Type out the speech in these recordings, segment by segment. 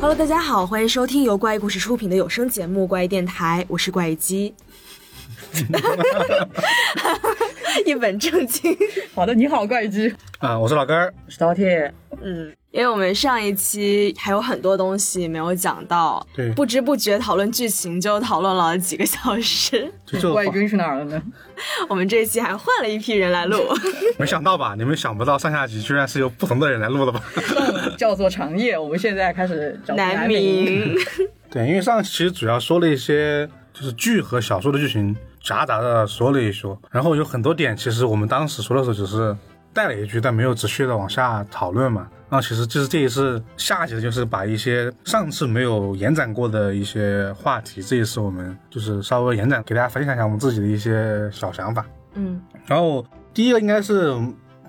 Hello，大家好，欢迎收听由怪异故事出品的有声节目《怪异电台》，我是怪异鸡。 一本正经。好的，你好，怪鸡，啊，我是老根儿，石头铁，嗯，因为我们上一期还有很多东西没有讲到，对不知不觉讨论剧情就讨论了几个小时。 就 这怪话军去哪儿了 呢？我们这一期还换了一批人来录，没想到吧？你们想不到上下集居然是由不同的人来录的吧？ 叫做长夜，我们现在开始找南明。明，对，因为上期主要说了一些就是剧和小说的剧情夹杂的说了一说，然后有很多点其实我们当时说的时候只是带了一句，但没有持续的往下讨论嘛。那其实就是这一次下集就是把一些上次没有延展过的一些话题，这一次我们就是稍微延展，给大家分享一下我们自己的一些小想法。嗯然后第一个应该是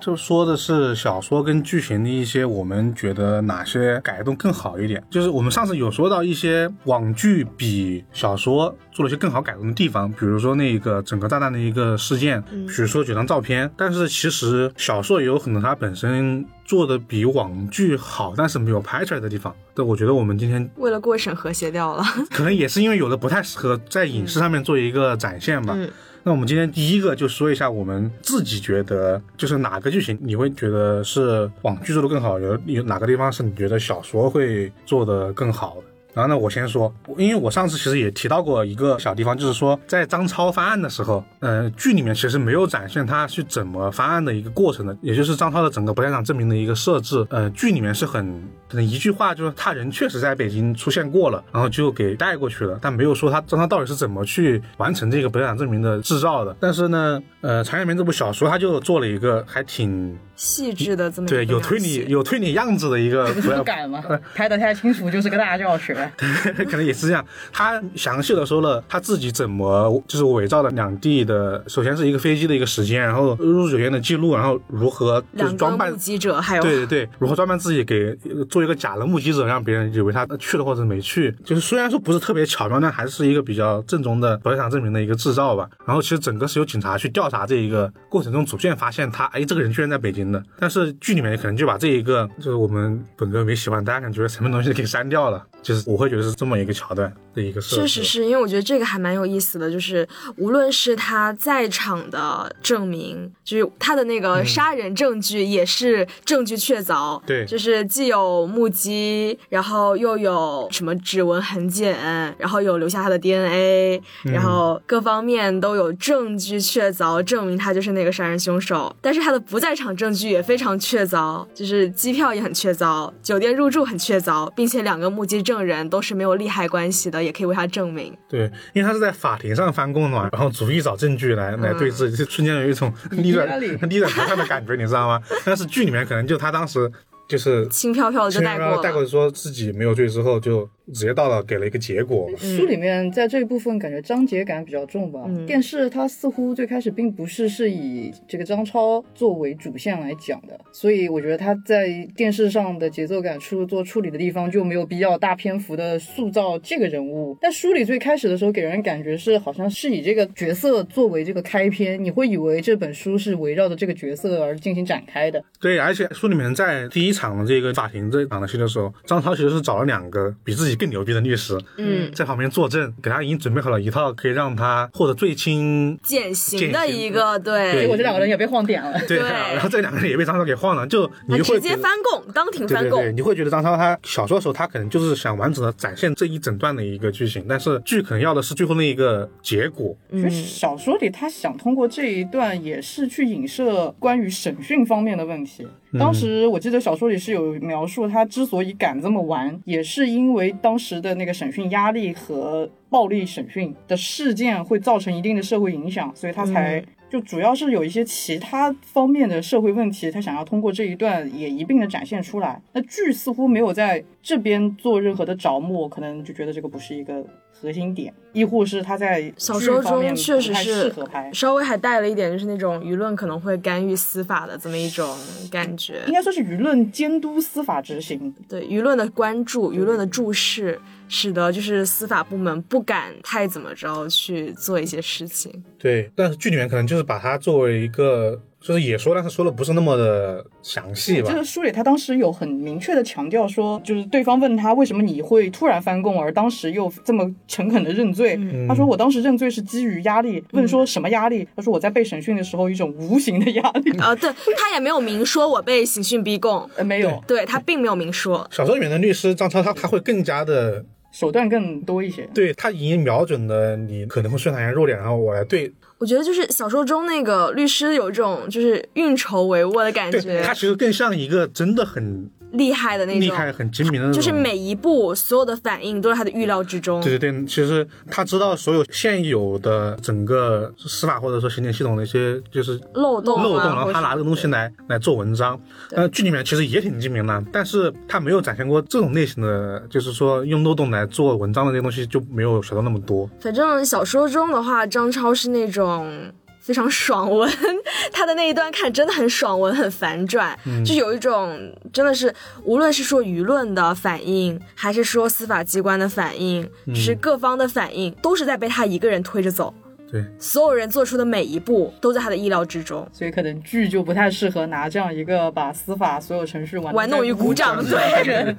就说的是小说跟剧情的一些我们觉得哪些改动更好一点，就是我们上次有说到一些网剧比小说做了一些更好改动的地方，比如说那个整个炸弹的一个事件，比如说几张照片，但是其实小说也有很多它本身做的比网剧好，但是没有拍出来的地方。对，我觉得我们今天为了过审和谐掉了。可能也是因为有的不太适合在影视上面做一个展现吧。嗯那我们今天第一个就说一下我们自己觉得，就是哪个剧情你会觉得是网剧做的更好，有有哪个地方是你觉得小说会做的更好的。然后呢，我先说，因为我上次其实也提到过一个小地方，就是说在张超翻案的时候，呃，剧里面其实没有展现他去怎么翻案的一个过程的，也就是张超的整个不在场证明的一个设置，呃，剧里面是很可能一句话就是他人确实在北京出现过了，然后就给带过去了，但没有说他张超到底是怎么去完成这个不在场证明的制造的。但是呢，呃，常远明这部小说他就做了一个还挺细致的这么一个对有描推写理有推理样子的一个不是 不敢吗？呃拍的太清楚就是个大教学， 可能也是这样。他详细的说了他自己怎么就是伪造了两地的，首先是一个飞机的一个时间，然后入酒店的记录，然后如何就是两个装扮目。击者，还有对对对，如何装扮自己给呃做一个假的目击者，让别人以为他去了或者没去。就是虽然说不是特别巧妙，但还是一个比较正宗的不在场证明的一个制造吧。然后其实整个是由警察去调查这一个过程中，逐渐发现他哎这个人居然在北京的。但是剧里面可能就把这一个就是我们本哥没喜欢，大家可能觉得什么东西给删掉了。就是我会觉得是这么一个桥段的一个设置。确实是因为我觉得这个还蛮有意思的，就是无论是他在场的证明，就是他的那个杀人证据也是证据确凿，对就是既有目击，然后又有什么指纹痕检，然后有留下他的 DNA，、然嗯后各方面都有证据确凿，证明他就是那个杀人凶手。但是他的不在场证据也非常确凿，就是机票也很确凿，酒店入住很确凿，并且两个目击证人都是没有利害关系的，也可以为他证明。对，因为他是在法庭上翻供的嘛，然后逐一找证据来来嗯对峙，就瞬间有 一种逆转理逆转裁判的感觉，你知道吗？但是剧里面可能就他当时就是轻飘飘的就轻带飘过了，飘嗯地带过去说自己没有罪之后，就直接到了给了一个结果。书里面在这一部分感觉章节感比较重吧。电视它似乎最开始并不是是以这个张超作为主线来讲的，所以我觉得他在电视上的节奏感处做处理的地方就没有必要大篇幅的塑造这个人物。但书里最开始的时候给人感觉是好像是以这个角色作为这个开篇，你会以为这本书是围绕着这个角色而进行展开的。对，而且书里面在第一场的这个法庭这场的戏的时候，张超其实是找了两个比自己更牛逼的律师嗯，在旁边作证，给他已经准备好了一套可以让他获得最轻减刑的减刑一个结对，果这两个人也被晃点了。对，对然后这两个人也被张超给晃了，就他你会直觉接得翻供，当庭对翻对供。对，你会觉得张超他小说的时候，他可能就是想完整的展现这一整段的一个剧情，但是剧可能要的是最后那一个结果。其实小说里他想通过这一段，也是去影射关于审讯方面的问题。当时我记得小说里是有描述，他之所以敢这么玩，也是因为当时的那个审讯压力和暴力审讯的事件会造成一定的社会影响，所以他才。就主要是有一些其他方面的社会问题，他想要通过这一段也一并的展现出来。那剧似乎没有在这边做任何的着墨，可能就觉得这个不是一个核心点，亦或是他在小说剧方中面确实不太适是合拍，稍微还带了一点，就是那种舆论可能会干预司法的这么一种感觉应。该说是舆论监督司法执行。对舆论的关注、舆论的注视，使得就是司法部门不敢太怎么着去做一些事情。对，但是剧里面可能就是把它作为一个就是也说，但是说的不是那么的详细吧这？个书里他当时有很明确的强调说，就是对方问他为什么你会突然翻供，而当时又这么诚恳的认罪，嗯嗯他说我当时认罪是基于压力，问说什么压力？他说我在被审讯的时候一种无形的压嗯力，啊、对他也没有明说我被刑讯逼供，呃，没有对他并没有明说。小说里面的律师张超他他会更加的，手段更多一些。对他已经瞄准了你可能会顺他一下弱点，然后我来对我觉得就是小说中那个律师有一种就是运筹帷幄的感对，觉他，其实更像一个真的很厉害的那厉种，害、很精明的那种，就是每一步所有的反应都是他的预料之中。对对对，其实他知道所有现有的整个司法或者说刑警系统的一些就是漏洞啊漏洞，然或后者他拿这个东西来来做文章。呃，剧里面其实也挺精明的，但是他没有展现过这种类型的，就是说用漏洞来做文章的那些东西就没有学到那么多。反正小说中的话，张超是那种非常爽文， 他的那一段看真的很爽文，很反转，就有一种真的是无论是说舆论的反应，还是说司法机关的反应，就是各方的反应，都是在被他一个人推着走。对，所有人做出的每一步都在他的意料之中，所以可能剧就不太适合拿这样一个把司法所有程序玩玩弄于股掌。对的人，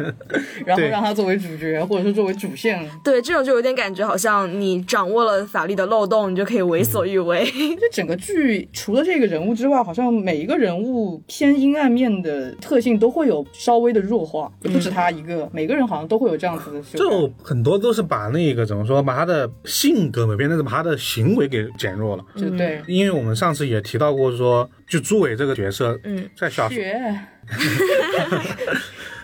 然后对让他作为主角，或者说作为主线，对，这种就有点感觉，好像你掌握了法律的漏洞，你就可以为所欲为。这整个剧除了这个人物之外，好像每一个人物偏阴暗面的特性都会有稍微的弱化，也不止嗯他一个，每个人好像都会有这样子的修改。就很多都是把那个怎么说，把他的性格没变，但是把他的行为给减弱了。就对，因为我们上次也提到过说就朱伟这个角色，嗯，在小说学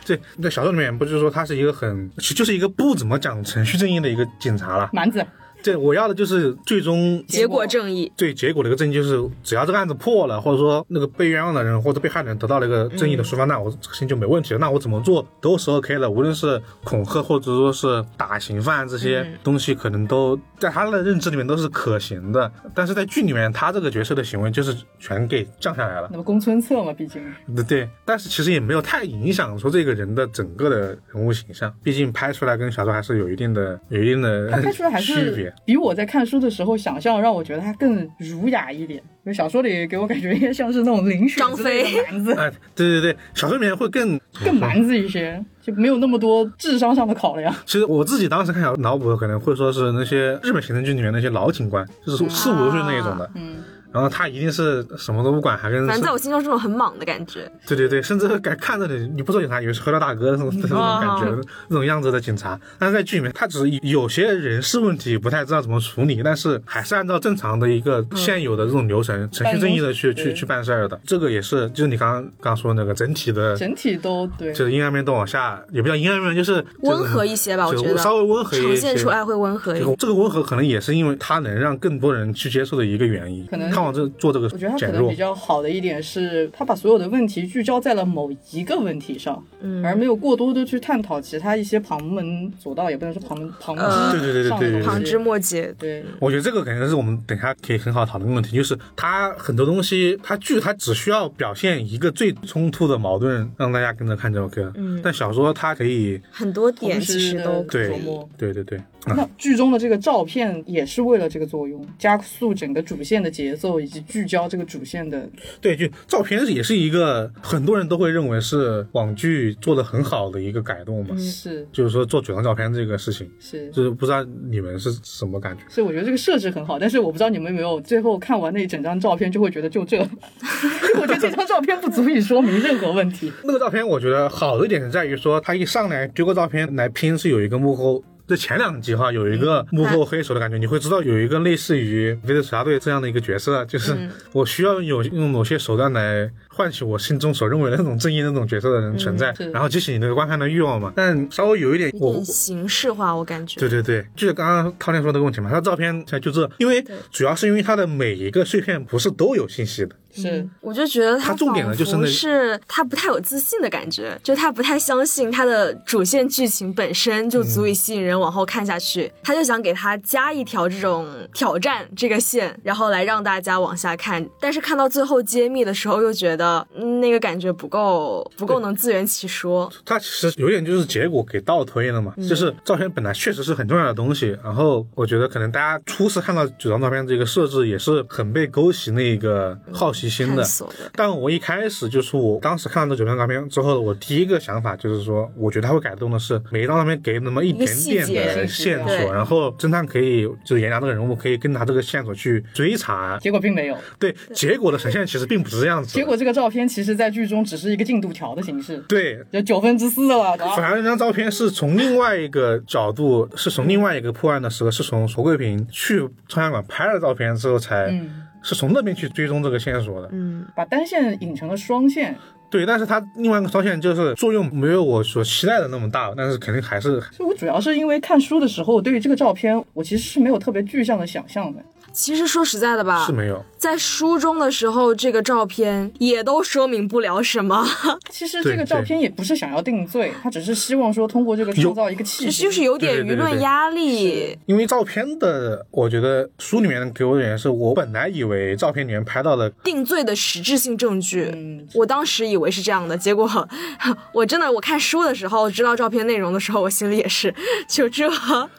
对，在小说里面不是说他是一个很，其实就是一个不怎么讲程序正义的一个警察了。蛮子对，我要的就是最终 结果果正义，对结果的一个正义，就是只要这个案子破了，或者说那个被冤枉的人或者被害人得到了一个正义的抒发，那我这个事情就没问题了。那我怎么做都是 OK 的，无论是恐吓或者说是打刑犯这些嗯东西，可能都在他的认知里面都是可行的。但是在剧里面，他这个角色的行为就是全给降下来了。那么公村策嘛，毕竟对，但是其实也没有太影响说这个人的整个的人物形象，毕竟拍出来跟小说还是有一定的、有一定的他啊拍出来还呃区别是。比我在看书的时候想象让我觉得他更儒雅一点。因为小说里给我感觉应该像是那种林雪张之类的飞蛮子，哎，对对对，小说里面会更更蛮子一些，就没有那么多智商上的考量。其实我自己当时看小脑补，可能会说是那些日本刑侦剧里面那些老警官，就是嗯四五十岁那一种啊的，嗯，然后他一定是什么都不管，还跟反正在我心中是种很莽的感觉。对对对，甚至感看着你，你不做警察，以为是喝了大哥那种 那种哦感觉，那种样子的警察。但是在剧里面，他只是有些人事问题不太知道怎么处理，但是还是按照正常的一个现有的这种流程、程序正义的去办公去去办事儿嗯的。这个也是，就是你刚刚刚说那个整体的，整体都对。就是阴暗面都往下，也不叫阴暗面，就是温和一些吧，我就是觉得稍微温和一些呈现出来会温和一这点哎个。这个温和可能也是因为它能让更多人去接受的一个原因。可能看我这做这个我觉得他可减能弱比，较好的一点是，他把所有的问题聚焦在了某一个问题上，嗯而没有过多的去探讨其他一些旁门左道，也不能说旁门旁门呃对对对对上的对对东旁西枝末节，对，我觉得这个可能是我们等一下可以很好讨论的问题，就是它很多东西，它剧它只需要表现一个最冲突的矛盾，让大家跟着看就 OK 了。嗯，但小说它可以，很多点同时其实都的对琢磨对对对，啊、那剧中的这个照片也是为了这个作用，加速整个主线的节奏，以及聚焦这个主线的。嗯对，就照片也是一个很多人都会认为是网剧做的很好的一个改动嘛，是就是说做主张照片这个事情，是，就是不知道你们是什么感觉。所以我觉得这个设置很好，但是我不知道你们有没有最后看完那整张照片就会觉得就这， 我觉得这张照片不足以说明任何问题。那个照片，我觉得好的一点是在于说，他一上来丢个照片来拼，是有一个幕后。这前两集哈，有一个幕后黑手的感觉，你会知道有一个类似于《飞的手杀队》这样的一个角色，就是嗯我需要有用某些手段来唤起我心中所认为的那种正义的那种角色的人存在，是然后激起你那个观看的欲望嘛。但稍微有一点，嗯有我点形式化，我感觉。对对对，就是刚刚涛亮说那个问题嘛，他照片现在就这，因为主要是因为他的每一个碎片不是都有信息的，是，我就觉得它重点的就是仿那佛是他不太有自信的感觉，就他不太相信他的主线剧情本身就足以吸引人往后看下去，他就想给他加一条这种挑战这个线，然后来让大家往下看。但是看到最后揭秘的时候，又觉得、嗯那个感觉不够，不够能自圆其说。它其实有点就是结果给倒推了嘛，就是照片本来确实是很重要的东西，然后我觉得可能大家初次看到九张照片这个设置也是很被勾起那个好奇心探的。索的。但我一开始就是我当时看到这九张照片之后，我第一个想法就是说，我觉得他会改动的是每一张照片给那么一点点的一线个细节索，然后侦探可以就是沿着这个人物可以跟他这个线索去追查。结果并没有。对，结果的呈现其实并不是这样子的。结果这个照片其实，在剧中只是一个进度条的形式，对。有九分之四了。反而那张照片是从另外一个角度，是从另外一个破案的时候，是从侯桂平去照相馆拍了照片之后才，嗯，是从那边去追踪这个线索的。嗯，把单线引成了双线，对，但是它另外一个条件就是作用没有我所期待的那么大，但是肯定还是所以我主要是因为看书的时候，对于这个照片，我其实是没有特别具象的想象的。其实说实在的吧是，没有。在书中的时候，这个照片也都说明不了什 么，其实对这个照片也不是想要定罪，他只是希望说通过这个创造一个气就氛。是有点对对舆对对论对压力。因为照片的，我觉得书里面给我的感觉是我本来以为照片里面拍到的，定罪的实质性证据。嗯我当时以为是这样的，结果 我真的我看书的时候知道照片内容的时候，我心里也是 就这。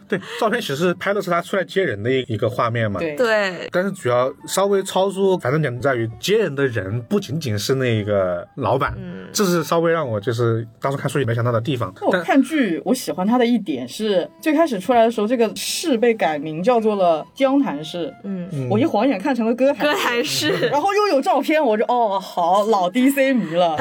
对，照片其实拍的是他出来接人的一一个画面嘛。。对，对，但是主要稍微超出反正点在于接人的人不仅仅是那个老板，这是稍微让我就是当时看书也没想到的地方。那我但看剧，我喜欢它的一点是，最开始出来的时候，这个市被改名叫做了江潭市，嗯，我一晃眼看成了歌坛哥市，还是 然后又有照片，我就哦，好老 DC 迷了。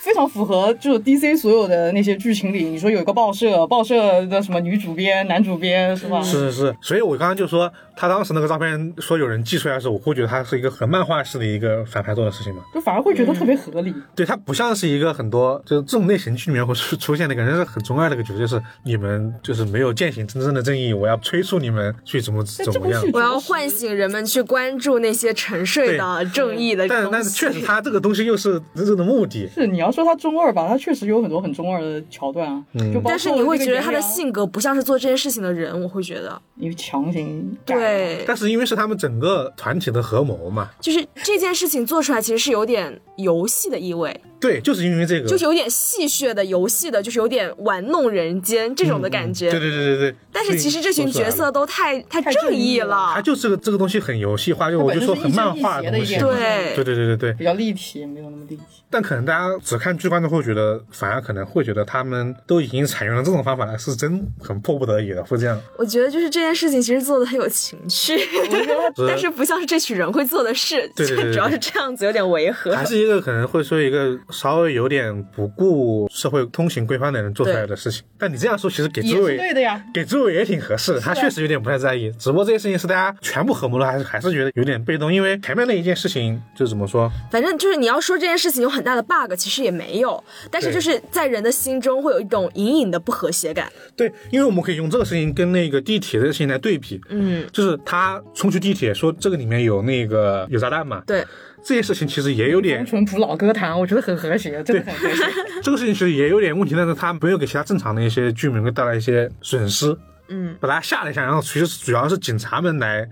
非常符合，就是 DC 所有的那些剧情里，你说有一个报社，报社的什么女主编、男主编是吧？是是是，所以我刚刚就说他当时那个照片说有人寄出来的时候，我会觉得他是一个很漫画式的一个反派做的事情嘛。就反而会觉得特别合理。对，它不像是一个很多就是这种类型剧里面会出出现的，感觉是很中二的一个角色，就是你们就是没有践行真正的正义，我要催促你们去怎么这怎部么样剧。我要唤醒人们去关注那些沉睡的正义的但东但是西。确实，他这个东西又是真正的目的，是你要说它中二吧，它确实有很多很中二的桥段啊，就包括但是你会这觉个得他炎的凉，性格不像是做这件事情的人，我会觉得，你强行改啊对，但是因为是他们整个团体的合谋嘛，就是这件事情做出来其实是有点游戏的意味，对，就是因为这个，就是有点戏谑的、游戏的，就是有点玩弄人间这种的感觉。嗯对对对对对。但是其实这群角色都太太太正正义义了他了，就是个这个东西很游戏化，就它我本身就说是很亦正漫亦画邪的的东一西点，嘛。对对对对对对。比较立体，没有那么立体。但可能大家只看剧观众会觉得，反而可能会觉得他们都已经采用了这种方法了，是真很迫不得已的，会这样。我觉得就是这件事情其实做的很有情趣， 但是不像是这群人会做的事， 对对对对就主要是这样子有点违和。还是一个可能会说一个稍微有点不顾社会通行规范的人做出来的事情。但你这样说，其实给也周是伟对的呀，给周伟也挺合适的，他确实有点不太在意。只不过这些事情是大家全部合谋的，还是还是觉得有点被动，因为前面那一件事情就怎么说，反正就是你要说这件事情有很大的 bug，其实也没有，但是对就是在人的心中会有一种隐隐的不和谐感。对，因为我们可以用这个事情跟那个地铁的事情来对比。嗯，就是他冲去地铁，说这个里面有那个有炸弹嘛？对，嗯这些事情其实也有点单淳朴老歌坛，我觉得很和谐，真的很和谐。这个事情其实也有点问题，但是它没有给其他正常的一些居民会带来一些损失，嗯，把大家吓了一下，然后其实主要是警察们来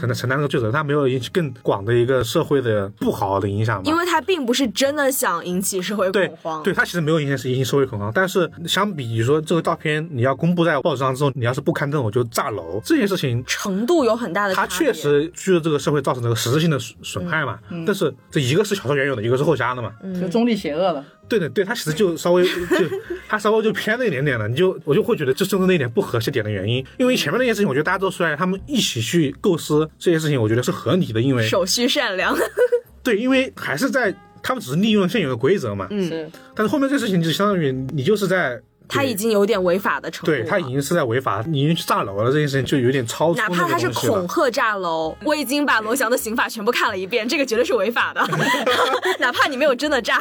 可能承担这个罪责，它没有引起更广的一个社会的不好的影响嘛。因为他并不是真的想引起社会对恐慌。对，它其实没有影响引起社会恐慌，但是相比于说这个照片你要公布在报纸上之后，你要是不刊登我就炸楼这件事情，程度有很大的差它别。确实对这个社会造成了实质性的损损害嘛。嗯但是这一个是小说原有的，一个是后加的嘛。就中立邪恶了，对的，对他其实就稍 微就他稍微就偏了一点点了，你就我就会觉得这正是那一点不合谐点的原因，因为前面那件事情，我觉得大家都出来，他们一起去构思这些事情，我觉得是合理的，因为手续善良，对，因为还是在他们只是利用了现有的规则嘛，嗯是但是后面这事情就相当于你就是在他已。经有点违法的程度了。对他已经是在违法，你已经去炸楼了，这件事情就有点超出哪那怕个他是东西了恐。吓炸楼，我已经把罗翔的刑法全部看了一遍，这个绝对是违法 的。 哪怕你没有真的炸，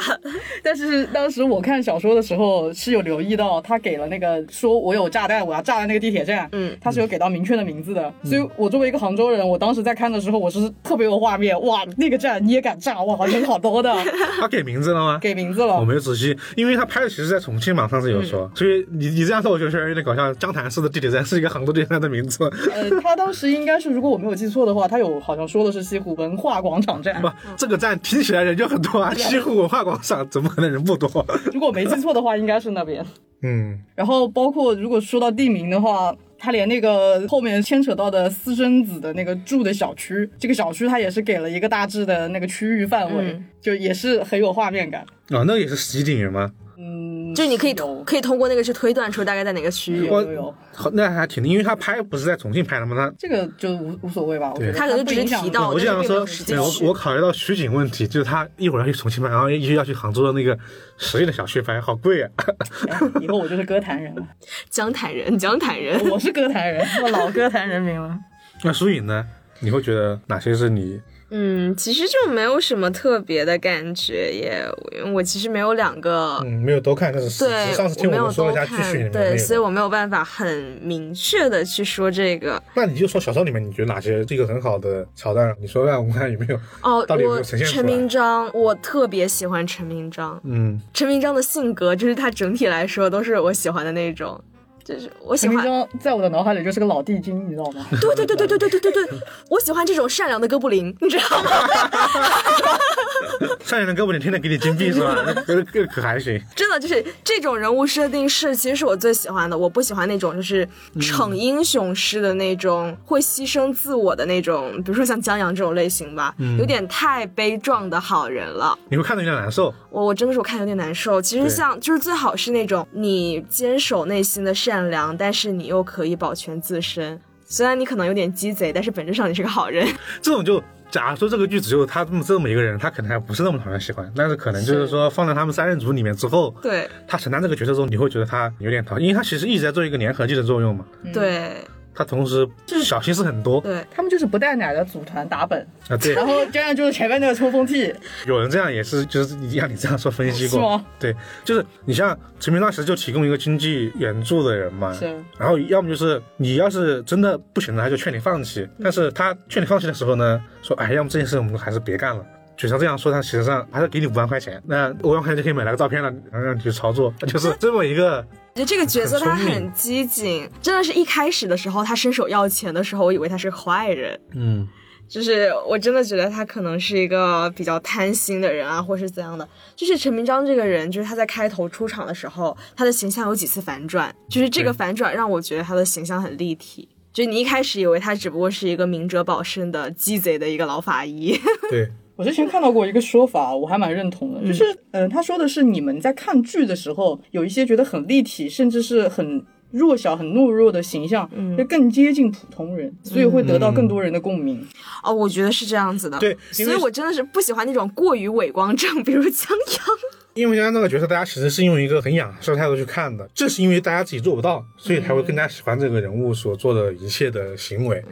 但是当时我看小说的时候是有留意到，他给了那个说我有炸弹，我要炸在那个地铁站，嗯，他是有给到明确的名字的。所以我作为一个杭州人，我当时在看的时候，我是特别有画面，哇，那个站你也敢炸，哇，人好多的，他给名字了吗？给名字我了。没有仔细，因为他拍的其实在重庆嘛，上次有说，所以你你这样说，我觉得确实有点搞笑。江潭市的地铁站是一个杭州地铁站的名字，呃，他当时应该是，如果我没有记错的话，他有好像说的是西湖文化广场站， 不，这个站听起来人就很多啊，西湖文化广场怎么可能人不多？如果我没记错的话，应该是那边。嗯，然后包括如果说到地名的话，他连那个后面牵扯到的私生子的那个住的小区，这个小区他也是给了一个大致的那个区域范围，嗯就也是很有画面感。哦，那个也是实景园吗？嗯，就是你可以有可以通过那个去推断出大概在哪个区嗯域。有有有，好，那还挺，因为他拍不是在重庆拍的吗？那这个就无无所谓吧，我觉对得他可能不只是影响提到我就想但是并没说有实，际没有去我我考虑到取景问题，就是他一会儿要去重庆拍，然后又要去杭州的那个十亿的小区拍，好贵 啊！哎以 后我就是歌坛人了，江坦人， 江坦人，我是歌坛人，我老歌坛人民了。 那苏影呢？你会觉得哪些是你嗯，其实就没有什么特别的感觉耶，因为我其实没有两个。嗯没有都看，但 是对，我没有都看，对，所以有我没有办法很明确的去说这个那你就说小说里面你觉得哪些是一个很好的桥段？你说让我们看有没有？哦。到底有没有我呈现出来陈明章，我特别喜欢陈明章。嗯，陈明章的性格，就是他整体来说都是我喜欢的那种，就是我喜陈明欢。章在我的脑海里就是个老地精，你知道 吗？对对对对对对对对对，我喜欢这种善良的哥布林，你知道吗？善良的哥们，你天天给你金币是 吧？那可可可还行。真的就是这种人物设定是，其实是我最喜欢的。我不喜欢那种就是逞英雄式的那种，会牺牲自我的那种，比如说像江阳这种类型吧，有点太悲壮的好人了。你会看得有点难受。我我真的是我看有点难受。其实对像就是最好是那种你坚守内心的善良，但是你又可以保全自身。虽然你可能有点鸡贼，但是本质上你是个好人。 这种就，假如说这个剧只有他这么这么一个人，他可能还不是那么讨人喜欢，但是可能就是说放在他们三人组里面之后，对他承担这个角色中，你会觉得他有点讨厌，因为他其实一直在做一个粘合剂的作用嘛。对他同时小心思很多对，他们就是不带奶的组团打本，啊，对，然后江阳就是前面那个抽风替，有人这样也是，就是像你这样说分析是过吗，对，就是你像陈明当时就提供一个经济援助的人嘛，是然后要么就是你要是真的不行了，他就劝你放弃。但是他劝你放弃的时候呢，说哎，要么这件事我们还是别干了。嘴上这样说，但其实上还是给你五万块钱，那五万块钱就可以买来个照片了，然后让你去操作， 就是这么一个。我觉得这个角色他很聪明很机警，真的是一开始的时候，他伸手要钱的时候，我以为他是个坏人，嗯，就是我真的觉得他可能是一个比较贪心的人啊，或是怎样的。就是陈明章这个人，就是他在开头出场的时候，他的形象有几次反转，就是这个对反转让我觉得他的形象很立体。就你一开始以为他只不过是一个明哲保身的鸡贼的一个老法医，对，我之前看到过一个说法，我还蛮认同的，就是嗯、呃他说的是你们在看剧的时候，有一些觉得很立体，甚至是很。弱小、很懦弱的形象，就更接近普通人，所以会得到更多人的共鸣。哦，我觉得是这样子的。对因所为以我真的是不喜欢那种过于伪光正，比如江阳。因为像那个角色，大家其实是用一个很仰视的态度去看的，正是因为大家自己做不到，所以才会更加喜欢这个人物所做的一切的行为。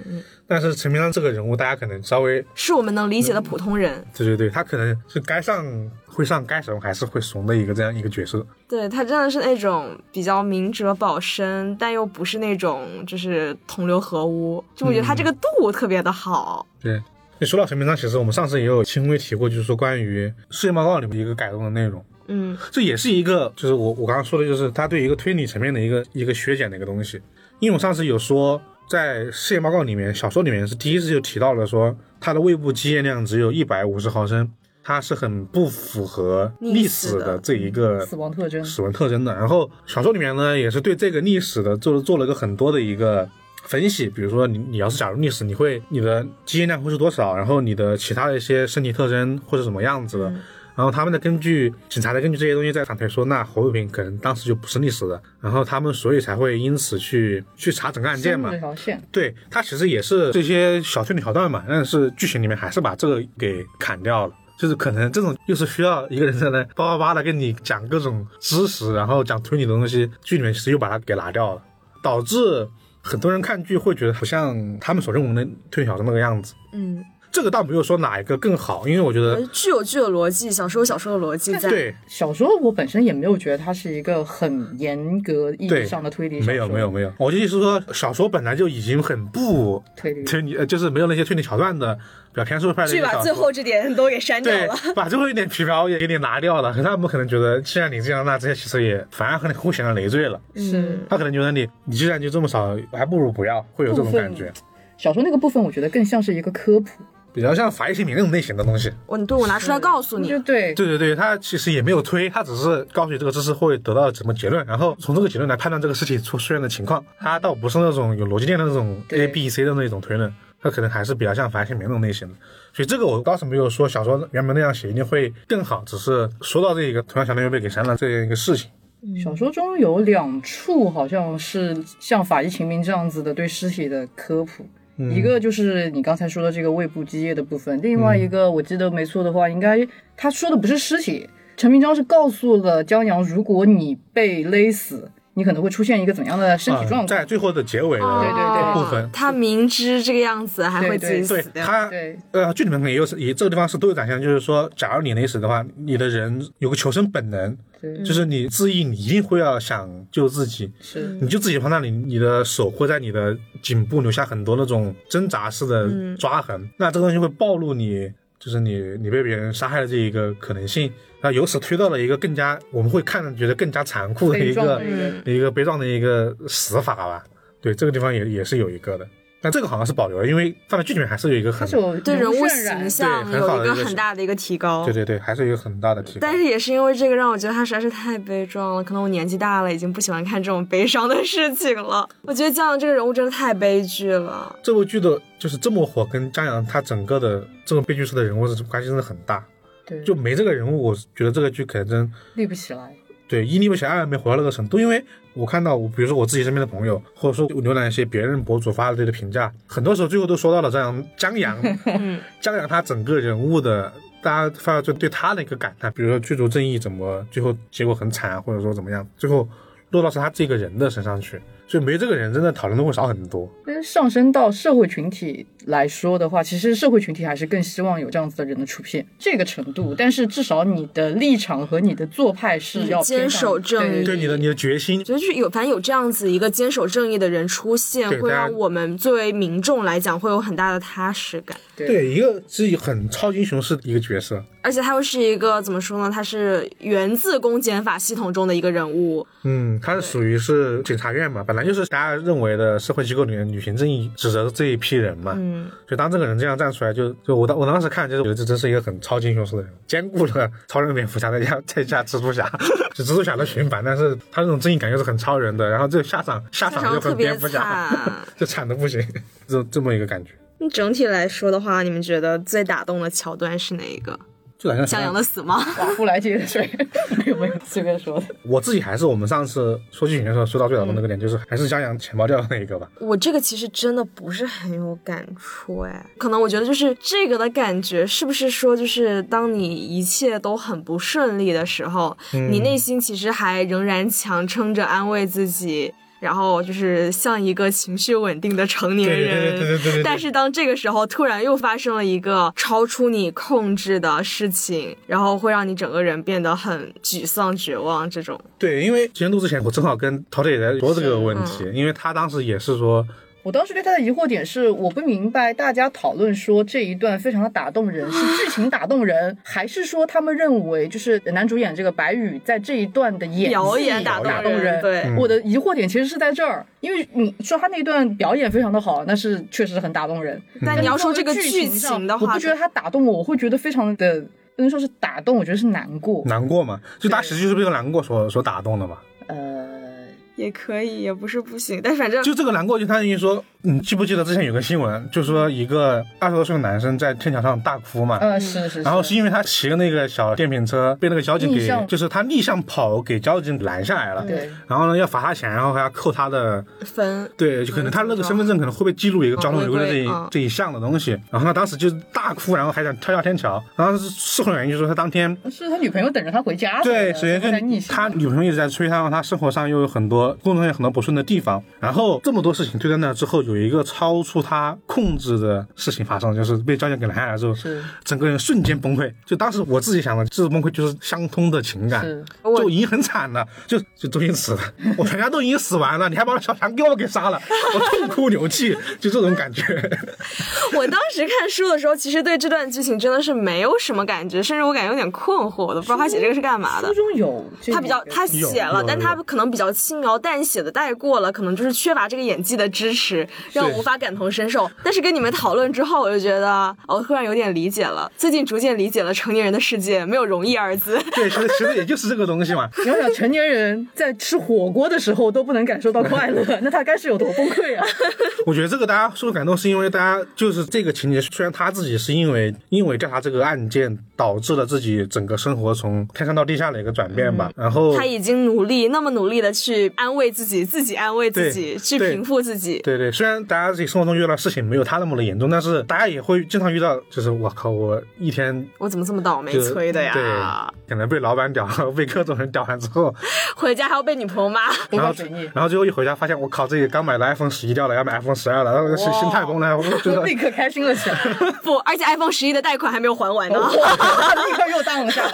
但是陈明章这个人物，大家可能稍微是我们能理解的普通人。对对对，他可能是该上会上，该怂还是会怂的一个这样一个角色。对他真的是那种比较明哲保身，但又不是那种就是同流合污，就我觉得他这个度特别的好。对，就说到陈明章，其实我们上次也有轻微提过，就是说关于世界报告里面一个改动的内容，嗯，这也是一个就是我我刚刚说的，就是他对一个推理层面的一个一个削减的一个东西。因为我上次有说，在世界报告里面，小说里面是第一次就提到了说，它的胃部积液量只有一百五十毫升，它是很不符合历史的这一个死亡特征，死亡特征的。然后小说里面呢，也是对这个历史的做了做了一个很多的一个分析，比如说你你要是假如历史，你会你的基因量会是多少，然后你的其他的一些身体特征会是什么样子嗯的。然后他们的根据警察的根据这些东西在反推说，那侯友平可能当时就不是历史的，然后他们所以才会因此去去查整个案件嘛这。条线，对，它其实也是这些小推理桥段嘛，但是剧情里面还是把这个给砍掉了。就是可能这种又是需要一个人在那叭叭叭的跟你讲各种知识，然后讲推理的东西，剧里面其实又把它给拿掉了，导致很多人看剧会觉得不像他们所认为的推理小说那个样子。嗯，呃这个倒没有说哪一个更好，因为我觉得具有具有逻辑，小说有小说的逻辑在。对，小说我本身也没有觉得它是一个很严格意对义上的推理小说，没有没有没有，我的意思是说小说本来就已经很不推理推理，呃，就是没有那些推理桥段的表现术派的一去个把小最说后这点都给删掉对了。，把最后一点皮条也给你拿掉了。可是他们可能觉得，既然你这样，那这些其实也反而很互相累赘了。嗯是他可能觉得你，你既然就这么少，还不如不要，会有这种部分感觉。小说那个部分，我觉得更像是一个科普。比较像法医秦明那种类型的东西。我对我拿出来告诉你就，对，对对对，他其实也没有推，他只是告诉你这个知识会得到什么结论，然后从这个结论来判断这个事情出出现的情况。他倒不是那种有逻辑链的那种 A 对 B C 的那种推论，他可能还是比较像樊先明那种类型的。所以这个我当时没有说小说原本那样写一定会更好，只是说到这个同样小说又被给删了这样一个事情。嗯小说中有两处好像是像法医秦明这样子的对尸体的科普，一个就是你刚才说的这个胃部积液的部分，另外一个我记得没错的话，应该他说的不是尸体，陈明章是告诉了江阳，如果你被勒死，你可能会出现一个怎样的身体嗯状况。在最后的结尾的啊对对部分哦他明知这个样子还会自己对死掉。他，对呃，剧里面可能也有也这个地方是都有展现，就是说，假如你勒死的话，你的人有个求生本能，对就是你自缢，你一定会要想救自己，嗯是，你就自己放那里，你的手会在你的颈部留下很多那种挣扎式的嗯抓痕，那这个东西会暴露你。就是你，你被别人杀害的这一个可能性，那由此推到了一个更加我们会看着觉得更加残酷的一悲壮个的一嗯个，一个悲壮的一个死法吧。对，这个地方也也是有一个的，但这个好像是保留了，因为放在剧里面还是有一个他很是有对人物渲染形象对很好有的一个一个很大的一个提高，对对对，还是有一个很大的提高。但是也是因为这个，让我觉得他实在是太悲壮了。可能我年纪大了，已经不喜欢看这种悲伤的事情了。我觉得江阳这个人物真的太悲剧了。这部剧的就是这么火，跟张扬他整个的这种悲剧式的人物是关系真的很大。对，就没这个人物，我觉得这个剧可能真立不起来。对一立不起来，二没活到那个程度。因为我看到我，比如说我自己身边的朋友，或者说我浏览一些别人博主发的这个评价，很多时候最后都说到了张扬张扬嗯， 张扬他整个人物的。大家发到就对他的一个感叹，比如说剧组正义怎么最后结果很惨，或者说怎么样，最后落到是他这个人的身上去，所以没这个人，真的讨论的会少很多。但是上升到社会群体来说的话，其实社会群体还是更希望有这样子的人的出现这个程度。但是至少你的立场和你的做派是要嗯坚守正义偏向对你的你的决心觉得就是有，反正有这样子一个坚守正义的人出现对，会大家让我们作为民众来讲会有很大的踏实感。对对对，一个是很超级英雄式的一个角色，而且他又是一个怎么说呢？他是源自公检法系统中的一个人物，嗯，他是属于是检察院嘛，本来就是大家认为的社会机构里面履行正义指责的这一批人嘛，嗯，所以当这个人这样站出来就，就我当我当时看，就是觉得这真是一个很超级英雄式的人，兼顾了超人、蝙蝠侠再加再加蜘蛛侠，就蜘蛛侠的循环，但是他这种正义感又是很超人的，然后这下场下非场又常特很别蝙蝠侠，惨。 就惨的不行，这这么一个感觉，那整体来说的话，你们觉得最打动的桥段是哪一个？就感觉江阳的死吗？寡妇来接水， 没有没有随便说的。我自己还是我们上次说剧情的时候说到最打动那个点，就是还是江阳钱包掉的那一个吧。我这个其实真的不是很有感触哎，可能我觉得就是这个的感觉，是不是说就是当你一切都很不顺利的时候，嗯你内心其实还仍然强撑着安慰自己。然后就是像一个情绪稳定的成年人，对对对对对对对但是当这个时候突然又发生了一个超出你控制的事情，然后会让你整个人变得很沮丧、绝望。这种，对，因为今天录之前，我正好跟陶姐也在说这个问题，因为她当时也是说，我当时对他的疑惑点是，我不明白大家讨论说这一段非常的打动人，是剧情打动人，还是说他们认为就是男主演这个白宇在这一段的演技表演打打动动人对嗯我的疑惑点其实是在这儿，因为你说他那段表演非常的好，那是确实很打动人。但你要说这个剧剧情的我话，不觉得他打动我，我会觉得非常的不能说是打动，我觉得是难过。难过嘛，就她其实就是被这个难过所所打动的嘛。呃，也可以，也不是不行，但反正就这个难过，就相当于说，你记不记得之前有个新闻，就说一个二十多岁的男生在天桥上大哭嘛，呃，是是是，啊然后是因为他骑个那个小电瓶车被那个交警逆给，向嗯就是他逆向跑给交警拦下来了，对然后呢要罚他钱，然后还要扣他的分对，就可能他那个身份证可能会被记录一个交通违规的这一、嗯违规嗯这一项的东西，然后他当时就大哭，然后还想跳下天桥，然后事后原因就是说他当天是他女朋友等着他回家， 对，什首么的然后先在逆跟袭他女朋友一直在催他，他生活上又有很多工作上有很多不顺的地方，然后这么多事情堆在那之后，有一个超出他控制的事情发生，就是被交警给拦下来之后，是整个人瞬间崩溃。就当时我自己想的，这种崩溃就是相通的情感是，我就已经很惨了，就就周星驰了，我全家都已经死完了，你还把我小强给我给杀了，我痛哭流涕，就这种感觉。 我当时看书的时候，其实对这段剧情真的是没有什么感觉，甚至我感觉有点困惑，我都不知道他写这个是干嘛的书。中有这他比较个他写了有，但他有可能比较轻描淡写的带过了，可能就是缺乏这个演技的支持，让我无法感同身受。但是跟你们讨论之后，我就觉得我突然有点理解了，最近逐渐理解了成年人的世界没有容易二字。对，其实其实也就是这个东西嘛。你要想成年人在吃火锅的时候都不能感受到快乐，那他该是有多崩溃啊！ 我觉得这个大家受感动，是因为大家就是这个情节，虽然他自己是因为因为调查这个案件导致了自己整个生活从天上到地下的一个转变吧。然后嗯他已经努力那么努力的去安慰自己，自己安慰自己，对去对平复自己。对对，虽然大家自己生活中遇到的事情没有他那么的严重，但是大家也会经常遇到，就是我靠，我一天我怎么这么倒霉就催的呀？对，可能被老板屌，被各种人屌完之 后，回家还要被女朋友骂。多然到后水逆，然后最后一回家发现，我靠，自己刚买的 iPhone 十一掉了，要买 iPhone 十二了，然后心心态崩了，我觉就得立刻开心了 起来，不，而且 iPhone 十一的贷款还没有还完呢。哦 哇立刻又 down 了下来。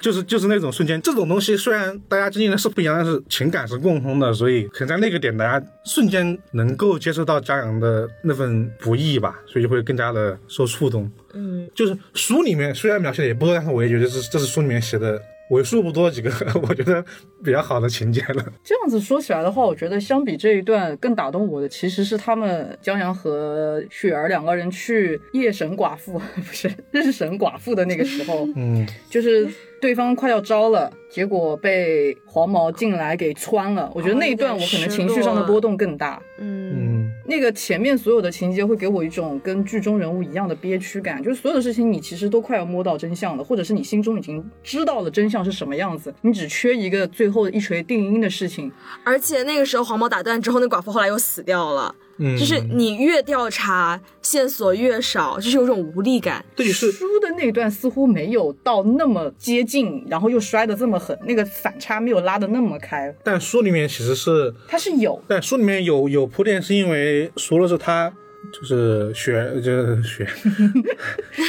就是就是那种瞬间，这种东西虽然大家经历的是不一样，但是情感是共通的，所以可能在那个点，大家瞬间能够接受到家阳的那份不易吧，所以就会更加的受触动。嗯，就是书里面虽然描写的也不多，但是我也觉得这是这是书里面写的为数不多几个 我觉得比较好的情节了。这样子说起来的话，我觉得相比这一段更打动我的，其实是他们江阳和雪儿两个人去夜神寡妇， 不是日神寡妇的那个 时候，嗯，就是对方快要招了，结果被黄毛进来给穿了。我觉得那一段我可能情绪上的波动更大。嗯，嗯，那个前面所有的情节会给我一种跟剧中人物一样的憋屈感，就是所有的事情你其实都快要摸到真相了，或者是你心中已经知道了真相是什么样子，你只缺一个最后一锤定音的事情。而且那个时候黄毛打断之后，那寡妇后来又死掉了。嗯就是你越调查线索越少，就是有种无力感。这就是书的那段似乎没有到那么接近，然后又摔得这么狠，那个反差没有拉得那么开，但书里面其实是它是有但书里面有有铺垫，是因为熟了之后他就是雪就是雪，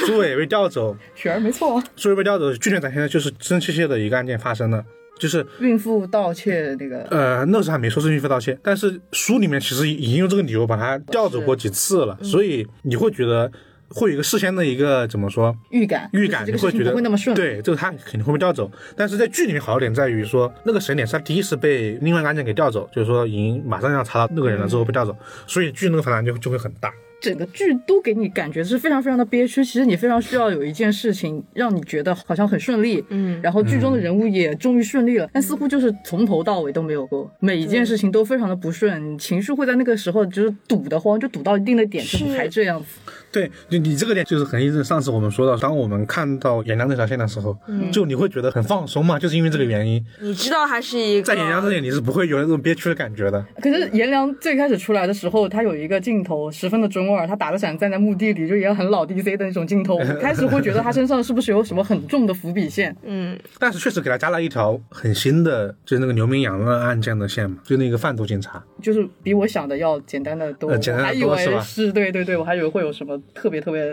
朱伟被调走，雪儿没错啊，朱伟被调走，剧情展现的就是真真切切的一个案件发生了。就是孕妇盗窃那个呃，那时候还没说是孕妇盗窃，但是书里面其实已经用这个理由把他调走过几次了，所以你会觉得会有一个事先的一个怎么说预感，预感，就你是这个事会觉情得不会那么顺，，对，这个他肯定会被调走。但是在剧里面好一点在于说，那个谁点是他第一次被另外一个案件给调走，就是说已经马上要查到那个嗯人了之后被调走，所以剧那个反弹就就会很大。整个剧都给你感觉是非常非常的憋屈。其实你非常需要有一件事情让你觉得好像很顺利，嗯然后剧中的人物也终于顺利了，但似乎就是从头到尾都没有过，每一件事情都非常的不顺，情绪会在那个时候就是堵得慌，就堵到一定的点之后是还这样子。对，就你这个点就是很印证上次我们说到，当我们看到颜良这条线的时候，嗯就你会觉得很放松嘛，就是因为这个原因，你知道他是一个在颜良这里你是不会有那种憋屈的感觉的。可是颜良最开始出来的时候，他有一个镜头十分的中二，他打着伞站在墓地里，就也很老 DC 的那种 镜头。我开始会觉得他身上是不是有什么很重的伏笔线？嗯，但是确实给他加了一条很新的，就是那个刘明阳的案件的线嘛，就那个贩毒警察。就是比我想的要简单的多。呃简单得多我还以是为吧是对对对，我还以为会有什么特别特别。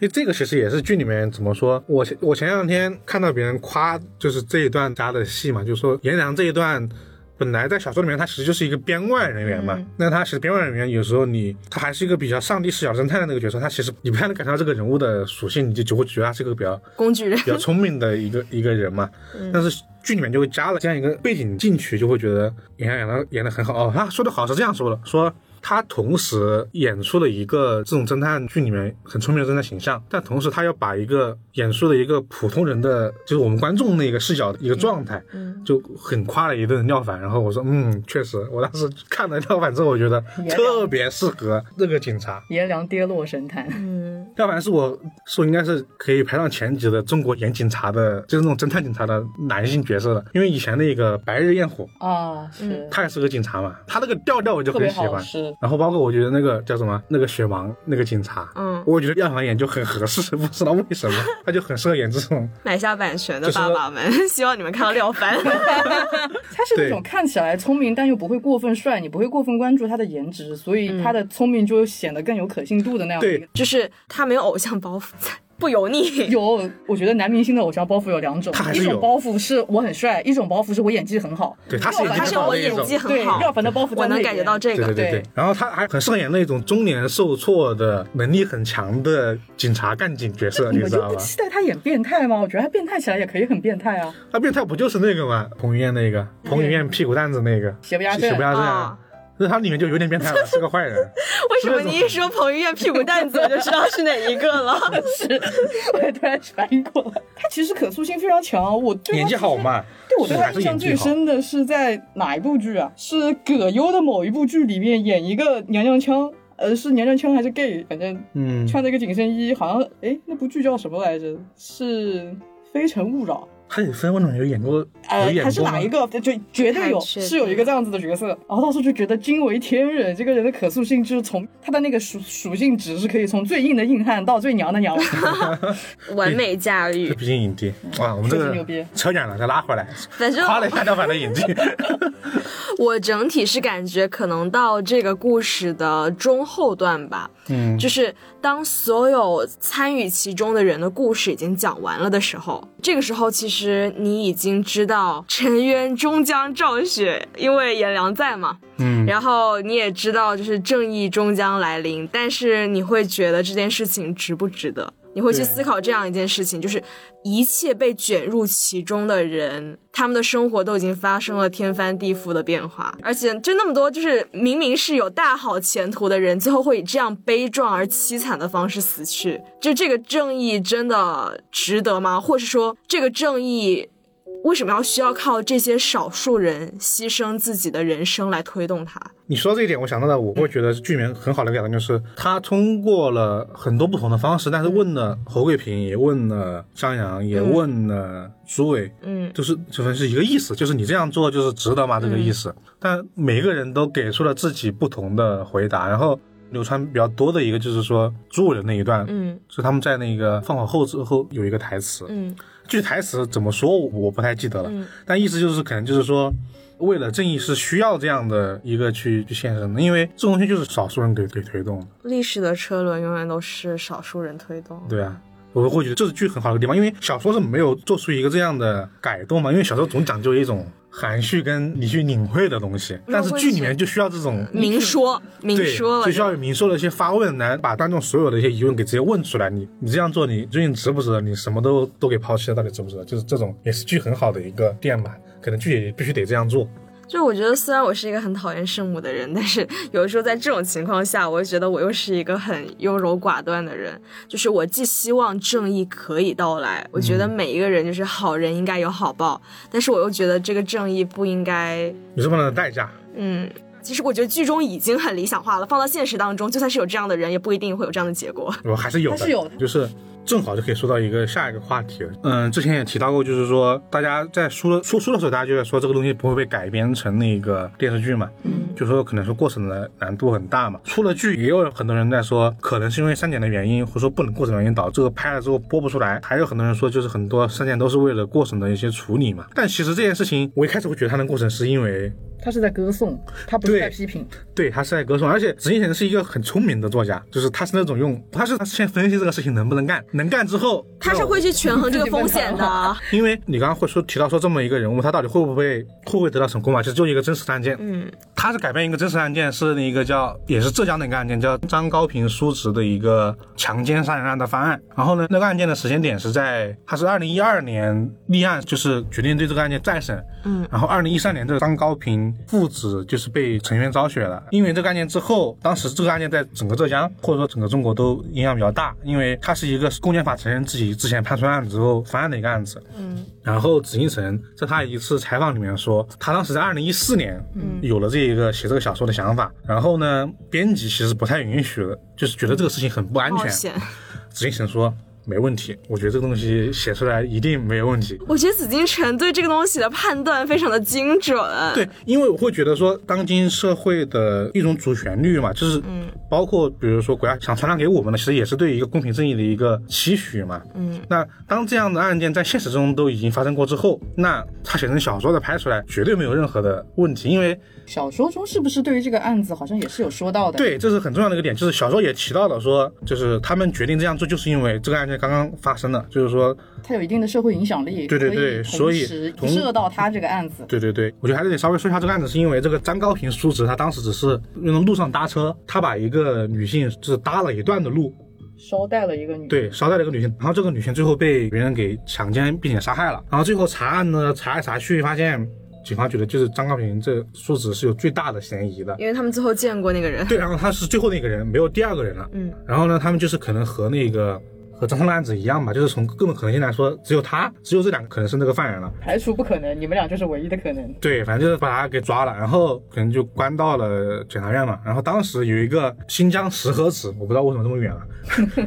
因为这个其实也是剧里面怎么说，我前我前两天看到别人夸，就是这一段加的戏嘛，就说颜良这一段。本来在小说里面，他其实就是一个编外人员嘛。那他其实编外人员有时候你他还是一个比较上帝视角侦探的那个角色，他其实你不太能感受到这个人物的属性，你就就会觉得他是个比较工具人比。较聪明的一个一个人嘛。但是剧里面就会加了这样一个背景进去，就会觉得演员演的演的很好哦。他说的好是这样说的，说。他同时演出了一个这种侦探剧里面很聪明的侦探形象，但同时他要把一个演出的一个普通人的，就是我们观众那个视角的一个状态，就很夸了一顿廖凡。然后我说，嗯，确实，我当时看了廖凡之后，我觉得也特别适合这个警察。颜良跌落神坛，嗯，廖凡是我说应该是可以排上前几的中国演警察的，就是那种侦探警察的男性角色了。因为以前那个《白日焰火》，啊，是、他也是个警察嘛，他那个调调我嗯就特很别喜好欢。吃。然后包括我觉得那个叫什么，那个雪王那个警察，嗯我觉得廖凡演就很合适，不知道为 什么，他就很适合演这种。买下版权的就是爸爸们， 希望你们看到廖 凡。他是那对种看起来聪明但又不会过分帅，你不会过分关注他的颜值，所以嗯他的聪明就显得更有可信度的那样的一个对就是他没有偶像包袱在，不油腻。有，我觉得男明星的偶像包袱有两种他还，一是有种包袱是我很帅，一种包袱是我演技很好。对，他是廖演凡技但是很好我的那演种。技很对，好，廖凡的包袱在我能那感觉边到这对对个。对对对，然后他还很适合演那种中年受挫的能力很强的警察干警角色，你啊你们知就道不吧？期待他演变态吗？我觉得他变态起来也可以很变态啊， 他变态不就是那个吗？彭于晏那个，彭于晏屁股蛋子那个，嗯邪不压邪正不压正啊啊。那他里面就有点变态了，是个坏人。为什么你一说彭于晏屁股蛋子，我就知道是哪一个了？ 是，我也突然反应过来，他其实可塑性非常强。啊我 对他演技好其实嘛？对啊我对还他是印演象技最好。深的是在哪一部剧啊？是葛优的某一部剧里面演一个娘娘腔，呃，是娘娘腔还是 gay？反正嗯，穿着一个紧身衣，好像哎，那部剧叫什么来着？是《非诚勿扰他有分温暖有演过，》呃有，演还是过吗哪一？个？就绝对有，不太确定是有一个这样子的角色。然后当时就觉得惊为天人，这个人的可塑性就是从他的那个属属性值是可以从最硬的硬汉到最娘的 娘，完美驾这驭，毕竟影帝啊，我们嗯这确个实牛逼扯远了，再拉回来，反正夸了一下廖凡 的演技。我整体是感觉，可能到这个故事的中后段吧，嗯，就是当所有参与其中的人的故事已经讲完了的时候，这个时候其实你已经知道陈渊终将昭雪，因为颜良在嘛，嗯，然后你也知道就是正义终将来临，但是你会觉得这件事情值不值得？你会去对思考这样一件事情，就是一切被卷入其中的人，他们的生活都已经发生了天翻地覆的变化，而且就那么多，就是明明是有大好前途的人，最后会以这样悲壮而凄惨的方式死去，就这个正义真的值得吗？或是说这个正义为什么要需要靠这些少数人牺牲自己的人生来推动它？你说到这一点，我想到了，我会觉得剧里面很好的一个表达就是，他通过了很多不同的方式，但是问了侯桂平，也问了张扬，也嗯问了朱伟，嗯就是就分是一个意思，就是你这样做就是值得吗？这个意思。但每个人都给出了自己不同的回答，然后流传比较多的一个就是说朱伟的那一段，嗯是他们在那个放好后之后有一个台词，嗯具体台词怎么说我我不太记得了，嗯但意思就是可能就是说，为了正义是需要这样的一个去去献身的，因为这种东西就是少数人给给推动的，历史的车轮永远都是少数人推动。对啊。我会觉得这是剧很好的地方，因为小说是没有做出一个这样的改动嘛，因为小说总讲究一种含蓄跟你去领会的东西，嗯但是会剧是里面就需要这种明说明对，说了就需要有明说的一些发问，来把观众所有的一些疑问给直接问出来。你你这样做，你究竟值不值得？你什么都都给抛弃了，到底值不值得？就是这种也是剧很好的一个点吧。可能剧也必须得这样做。就我觉得，虽然我是一个很讨厌圣母的人，但是有的时候在这种情况下，我又觉得我又是一个很优柔寡断的人。就是我既希望正义可以到来，我觉得每一个人就是好人应该有好报，但是我又觉得这个正义不应该，有这么样的代价，嗯。其实我觉得剧中已经很理想化了，放到现实当中，就算是有这样的人，也不一定会有这样的结果。 我还是有的，还是有的就是正好就可以说到一个下一个话题了。嗯，之前也提到过，就是说大家在书的说书的时候，大家就在说这个东西不会被改编成那个电视剧嘛，嗯，就说可能说过程的难度很大嘛。出了剧，也有很多人在说，可能是因为删减的原因，或者说不能过程的原因导致这个拍了之后播不出来。还有很多人说，就是很多删减都是为了过程的一些处理嘛。但其实这件事情，我一开始会觉得它能过程，是因为他是在歌颂，他不是在对批评。对，他是在歌颂，而且陈奕迅是一个很聪明的作家，就是他是那种用，他是先分析这个事情能不能干，能干之后，他是会去权衡这个风险的。因为你刚刚会说提到说这么一个人物，他到底会不会会不会得到成功嘛？其实就一个真实的案件，嗯，他是改编一个真实案件，是那个叫也是浙江的一个案件，叫张高平叔侄的一个强奸杀人案的翻案。然后呢，那个案件的时间点是在他是二零一二年立案，就是决定对这个案件再审。嗯，然后二零一三年这个张高平父子就是被陈冤昭雪了，因为这个案件之后，当时这个案件在整个浙江或者说整个中国都影响比较大，因为它是一个公检法承认自己之前判出案子之后翻案的一个案子。嗯然后紫禁城在他一次采访里面说，他当时在二零一四年，嗯，有了这一个写这个小说的想法。然后呢，编辑其实不太允许的，就是觉得这个事情很不安冒全。险。紫禁城说没问题，我觉得这个东西写出来一定没有问题。我觉得紫禁城对这个东西的判断非常的精准。对，因为我会觉得说，当今社会的一种主旋律嘛，就是包括比如说国家想传达给我们的，其实也是对一个公平正义的一个期许嘛。嗯，那当这样的案件在现实中都已经发生过之后，那他写成小说的拍出来，绝对没有任何的问题，因为小说中是不是对于这个案子好像也是有说到的？，对，这是很重要的一个点，就是小说也提到了说，就是他们决定这样做，就是因为这个案件刚刚发生了，就是说它有一定的社会影响力。对对对所以同同时射到他这个案子。对对对，我觉得还是得稍微说一下这个案子，是因为这个张高平叔侄他当时只是那种路上搭车，他把一个女性就是搭了一段的路，捎带了一个女，对，捎带了一个女性，然后这个女性最后被别人给强奸并且杀害了，然后最后查案呢查来查去发现。警方觉得就是张高平这素子是有最大的嫌疑的。因为他们最后见过那个人。对，然后他是最后那个人，没有第二个人了。嗯，然后呢，他们就是可能和那个和张三的案子一样吧，就是从各种可能性来说，只有他，只有这两个可能是那个犯人了。排除不可能，你们俩就是唯一的可能。对，反正就是把他给抓了，然后可能就关到了检察院嘛。然后当时有一个新疆石河子，我不知道为什么这么远啊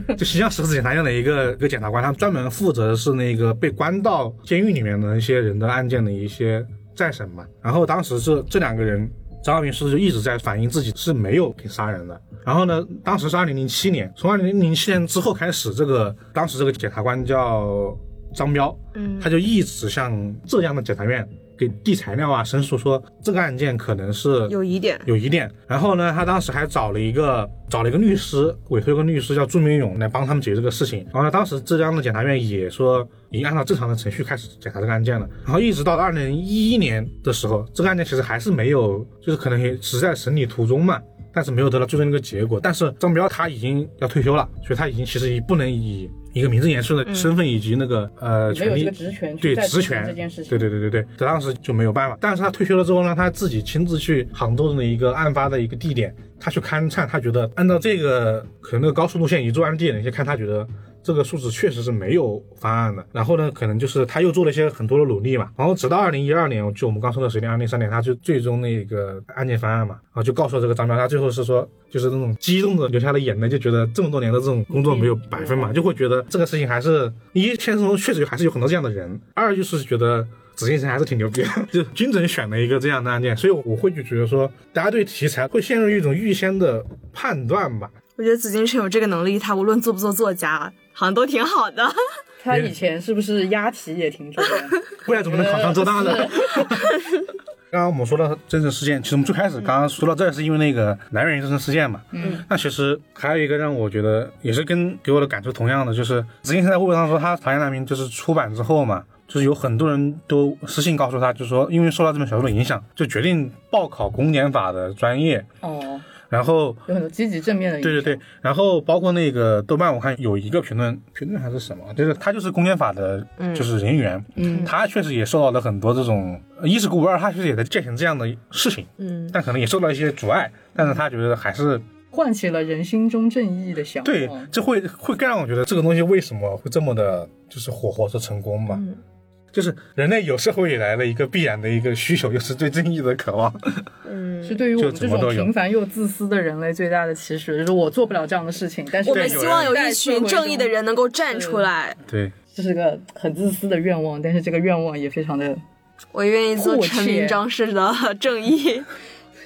了， 就新疆石河子检察院的一个一个检察官，他专门负责是那个被关到监狱里面的一些人的案件的一些再审嘛。然后当时这这两个人，张浩平是就一直在反映自己是没有给杀人的。然后呢，当时是二零零七年，从二零零七年之后开始，这个当时这个检察官叫张彪，嗯他就一直向浙江的检察院给递材料啊，申诉说这个案件可能是有疑点。有疑点。然后呢，他当时还找了一个找了一个律师，委托一个律师叫朱明勇来帮他们解决这个事情。然后呢，当时浙江的检察院也说已经按照正常的程序开始检查这个案件了。然后一直到二零一一年的时候，这个案件其实还是没有，就是可能也只是在审理途中嘛。但是没有得到最终的一个结果。但是张彪他已经要退休了，所以他已经其实已不能以一个名正言顺的身份以及那个、没有呃权这利个职权去对再职执行权这件事情。对对对对对，他当时就没有办法。但是他退休了之后呢，他自己亲自去杭州的一个案发的一个地点，他去勘探，他觉得按照这个可能那个高速路线一作案地点去看，他觉得。这个数值确实是没有方案的，然后呢，可能就是他又做了一些很多的努力嘛，然后直到二零一二年，就我们刚说的时间，二零三年，他就最终那个案件方案嘛，然啊后就告诉了这个张彪，他最后是说，就是那种激动的流下了眼泪，就觉得这么多年的这种工作没有白费嘛，就会觉得这个事情还是一现实中确实还是有很多这样的人，二就是觉得紫禁城还是挺牛逼的，就均整选了一个这样的案件，所以我会就觉得说，大家对题材会陷入一种预先的判断吧。我觉得紫禁城有这个能力，他无论做不做作家，好像都挺好的。他以前是不是押题也挺准 的？不然怎么能考上浙大呢？呃 刚刚我们说到真实事件，其实我们最开始刚刚说到这是因为那个来源于真实事件嘛。嗯，那其实还有一个让我觉得也是跟给我的感触同样的，就是之前在微博上说他《唐人难民》就是出版之后嘛，就是有很多人都私信告诉他，就说因为受到这本小说的影响，就决定报考公检法的专业，哦，然后有很多积极正面的影响。对对对，然后包括那个豆瓣，我看有一个评论，评论还是什么，就是他就是公检法的，就是人员，嗯他确实也受到了很多这种，一是孤无二，他确实也在践行这样的事情，嗯，但可能也受到一些阻碍，但是他觉得还是唤起了人心中正义的向往。对，这会会更让我觉得这个东西为什么会这么的，就是火火着成功吧。就是人类有社会以来的一个必然的一个需求，就是对正义的渴望。是对于我们就这怎么种都有平凡又自私的人类最大的期许，就是我做不了这样的事情，但是我们希望有一群正义的人能够站出来。对，这是个很自私的愿望，但是这个愿望也非常的。我愿意做迫切陈明章式的正义。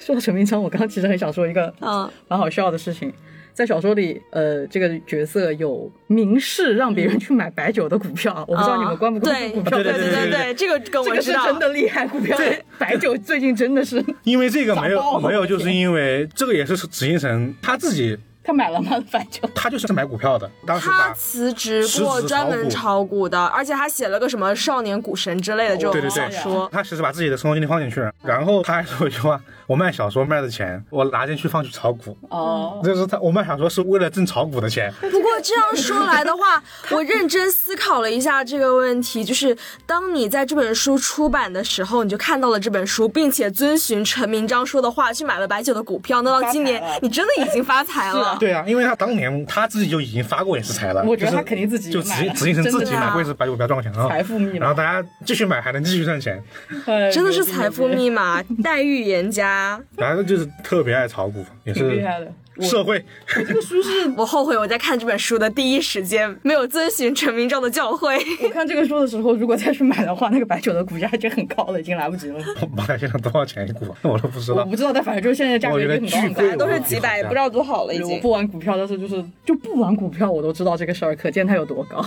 说到陈明章，我刚刚其实很想说一个嗯，蛮好笑的事情，在小说里，呃，这个角色有明示让别人去买白酒的股票，我不知道你们关不关嗯哦对注股票，对对对对对，这个梗我这个知是道。真的厉害，股票白酒最近真的是，因为这个早没爆有了没有，我的就是天因为这个也是紫禁城他自己他买了吗？白酒？他就是买股票的，当时他把辞职实过职专炒门股炒股的，而且还写了个什么少年股神之类的这对种对小对说。 他其实把自己的生活经历放进去了，然后他还说一句话：“我卖小说卖的钱，我拿进去放去炒股。哦”，就是他，我卖小说是为了挣炒股 的钱。不过这样说来的话，我认真思考了一下这个问题，就是当你在这本书出版的时候，你就看到了这本书，并且遵循陈明章说的话去买了白酒的股票，那到今年发财了你真的已经发财了。对啊，因为他当年他自己就已经发过一次财了，我觉得就是他肯定自己就买紫禁了紫禁城真的自己啊买过一次白酒，不要撞钱啊！财富密码然后大家继续买还能继续赚钱，嗯哎真的是财富密密码，待遇严加。反正就是特别爱炒股，也挺厉是害的。社会。我这个书是我后悔我在看这本书的第一时间没有遵循陈明章的教 诲。我看这个书的时候，如果再去买的话，那个白酒的股价已经很高了，已经来不及了。我买了现在多少钱一股？啊 我都不知我道。不知道，但反正就是现在价格已经很高很高了哎我觉得巨贵都是几百，不知道多好了已我经。不玩股票，但是就是就不玩股票，我都知道这个事儿，可见它有多 高。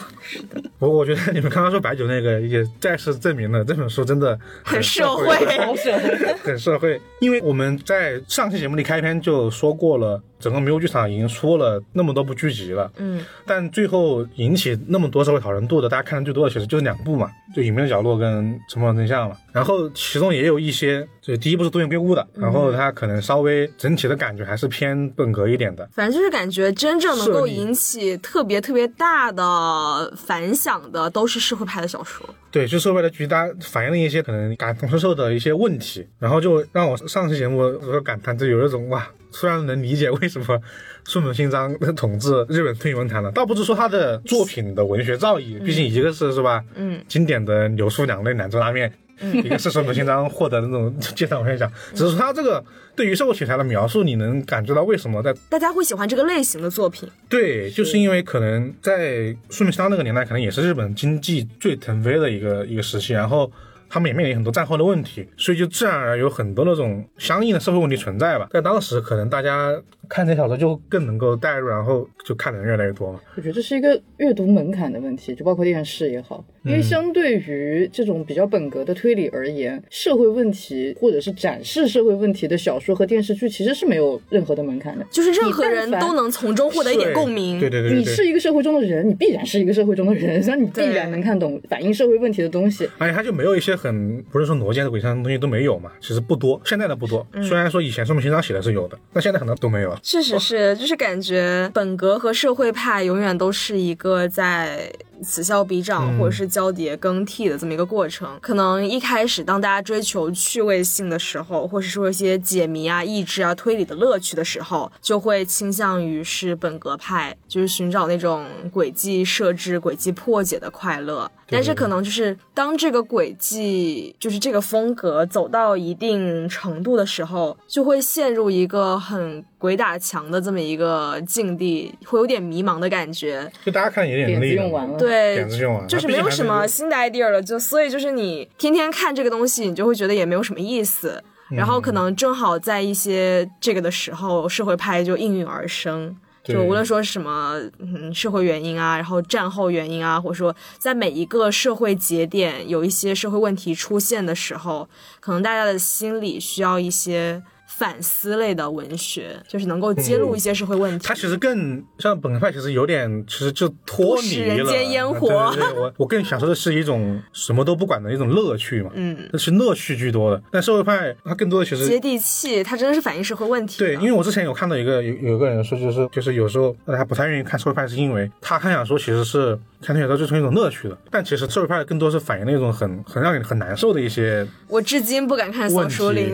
我我觉得你们刚刚说白酒那个，也再次证明了这本书真的很 社会 好舍得。很社会，因为我们在上期节目里开篇就说过了，整个迷雾剧场已经出了那么多部剧集了，嗯，但最后引起那么多社会讨论度的，大家看的最多的其实就是两部嘛，就《隐秘的角落》跟《沉默的真相》了。然后其中也有一些，就第一部是多元硅谷的，然后它可能稍微整体的感觉还是偏本格一点的。反正就是感觉真正能够设立引起特别特别大的反响的，都是社会派的小说。对，就是为了去大家反映了一些可能感同身受的一些问题，然后就让我上期节目我说感叹，就有一种哇，突然能理解为什么顺本信章统治日本推理文坛了。倒不是说他的作品的文学造诣，毕竟一个是是吧，嗯，经典的柳树两类兰州拉面，一个是顺本信章获得的那种 街头现象，只是说他这个对于社会题材的描述，你能感觉到为什么在大家会喜欢这个类型的作品。对，就是因为可能在顺平商那个年代，可能也是日本经济最腾飞的一个一个时期，然后他们也面临很多战后的问题，所以就自然而然有很多那种相应的社会问题存在吧。在当时，可能大家看这小说就更能够代入，然后就看的人越来越多嘛。我觉得这是一个阅读门槛的问题，就包括电视也好，因嗯为相对于这种比较本格的推理而言，社会问题或者是展示社会问题的小说和电视剧其实是没有任何的门槛的。就是任何你但人凡都能从中获得一点对共鸣。对对对你对对。是一个社会中的人，你必然是一个社会中的人，那你必对然能看懂反映社会问题的东西。而且他就没有一些很不是说逻辑还是鬼像的东西都没有嘛，其实不多，现在的不多。虽然说以前说明勋章写的是有的，但现在很多都没有了。确实是，就是感觉本格和社会派永远都是一个在此消彼长嗯或者是交叠更替的这么一个过程。可能一开始当大家追求趣味性的时候，或者说一些解谜啊、益智啊、推理的乐趣的时候，就会倾向于是本格派，就是寻找那种轨迹设置、轨迹破解的快乐。对但是可能就是当这个轨迹，就是这个风格走到一定程度的时候，就会陷入一个很鬼打墙的这么一个境地，会有点迷茫的感觉。就大家看也有点点子累用完了，，对点，子用完了，就是它毕没有竟还是什一个么新的 idea 了，就所以就是你天天看这个东西，你就会觉得也没有什么意思。然后可嗯能正好在一些这个的时候，社会派就应运而生。对就无论说是什么，嗯，社会原因啊，然后战后原因啊，或者说在每一个社会节点有一些社会问题出现的时候，可能大家的心理需要一些反思类的文学，就是能够揭露一些社会问题。嗯它其实更像本科派，其实有点，其实就脱离了不食人间烟火对对对我我更享受的是一种什么都不管的一种乐趣嘛，嗯，那是乐趣居多的。但社会派它更多的其实接地气，它真的是反映社会问题的。对，因为我之前有看到一个有有个人说，就是就是有时候大家不太愿意看社会派，是因为他看小说其实是看小说就是一种乐趣的，但其实社会派更多是反映那种很很让你很难受的 一些我至今不敢看小问题书林。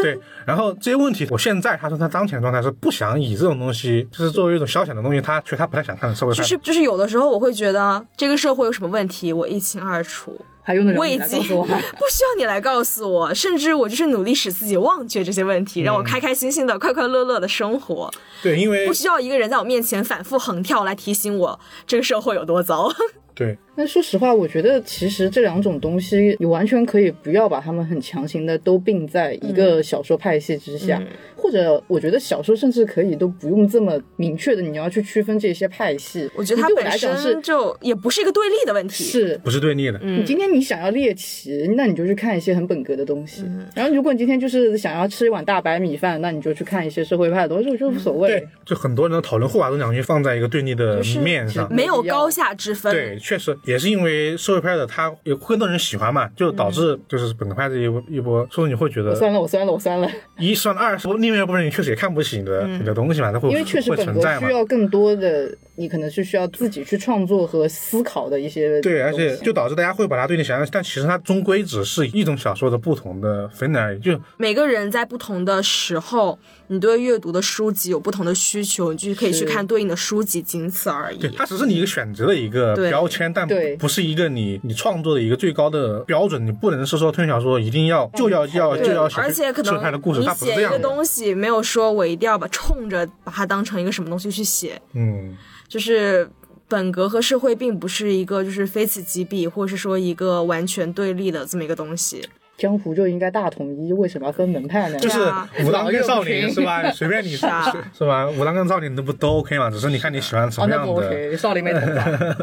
对，然后这些问题，我现在他说他当前的状态是不想以这种东西，就是作为一种消遣的东西，他觉得他不太想看社会派就。是就是有的时候我会觉得这个社会有什么问题，我一清二楚，还用得着我你已来经 告诉我吗？不需要你来告诉我，甚至我就是努力使自己忘却这些问嗯题，让我开开心心的、快快乐乐的生活，对，因为不需要一个人在我面前反复横跳来提醒我这个社会有多糟。对，那说实话，我觉得其实这两种东西，你完全可以不要把它们很强行的都并在一嗯个小说派系之下，或者我觉得小说甚至可以都不用这么明确的，你要去区分这些派系。我觉 得它对我本来讲是身就也不是一个嗯对立的问题。是。不是对立的。你今天你想要猎奇，那你就去看一些很本格的东西。嗯然后，如果你今天就是想要吃一碗大白米饭，那你就去看一些社会派的东西，我觉得无所嗯谓。对，就很多人讨论互把这两句放在一个对立的就是面嗯上。没有高下之分，对，确实也是因为社会派的他有更多人喜欢嘛，就导致就是本科派这一波一波，所以你会觉我得酸了，我酸了，我酸了，一算二，是另外一部分人确实也看不起你的你的东西嘛，它会嗯因为确实会本存格在嘛需。要更多的，你可能是需要自己去创作和思考的一些对，而东西且就导致大家会把它对立起来，但其实它终归只是一种小说的不同的分类而已。就每个人在不同的时候，你对阅读的书籍有不同的需求，你就可以去是看对应的书籍，仅此而已。对，它只是你一个选择的一个嗯对标签，但对不是一个你你创作的一个最高的标准。你不能是说推理小说一定要哎就要要对就要写而且可社会派的能故事，你它不是写这一样个的。东西，没有说我一定要把冲着把它当成一个什么东西去写，嗯，就是本格和社会并不是一个就是非此即彼，或者是说一个完全对立的这么一个东西。江湖就应该大统一，为什么要分门派呢？就是对啊武当跟少老林幼是吧？随便你是啊哦是吧？武当跟少林都不都 OK 嘛？只是你看你喜欢什啊，么那样不的， OK，少林没头发。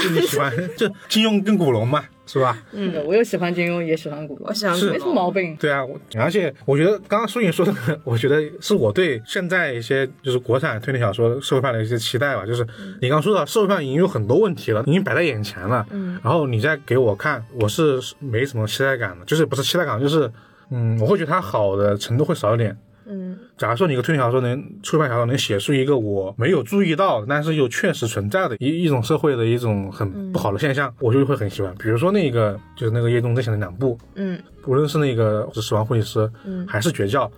就你喜欢就金庸跟古龙嘛，是吧？是嗯的，我又喜欢金庸，也喜欢古龙我，喜欢是没什么毛病。对啊，我而且我觉得刚刚苏颖说的， 我觉得是我对现在一些就是国产推理小说社会派的一些期待吧。就是你刚说到社会派已经有很多问题了，已经摆在眼前了，嗯，然后你再给我看，我是没什么期待感的，就是不是期待感，就是嗯，我会觉得它好的程度会少一点。嗯，假如说你一个推理小说能出版小说能写出一个我没有注意到，但是又确实存在的一一种社会的一种很不好的现象，我就会很喜欢。比如说那个就是那个叶仲真写的两部，嗯无论是那个《死亡护理师》还是《绝教》，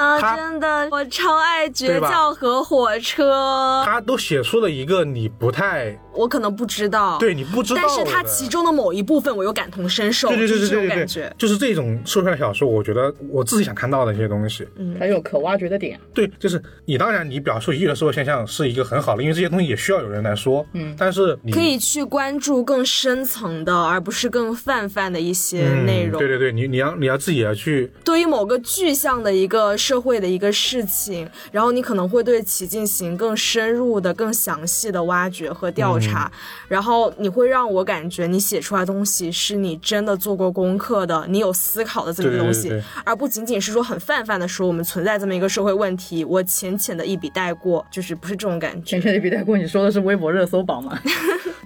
啊，他真的，我超爱对绝吧教和火车，他都写出了一个你不太我可能不知道，对你不知道的，但是它其中的某一部分我又感同身受，对对就对是对这种对对感对觉，，就是这种社会小说，我觉得我自己想看到的一些东西。嗯还有可挖掘的点，对，就是你当然你表述已有的社会现象是一个很好的，因为这些东西也需要有人来说。嗯，但是你可以去关注更深层的，而不是更泛泛的一些嗯内容。对对对，你你要你要自己要去对于某个具象的一个社会的一个事情，然后你可能会对其进行更深入的、更详细的挖掘和调查，嗯然后你会让我感觉你写出来的东西是你真的做过功课的，你有思考的这么一个东西，对对对对而不仅仅是说很泛泛的说我们存在这么一个社会问题，我浅浅的一笔带过，就是不是这种感觉浅。浅的笔带过，你说的是微博热搜榜吗？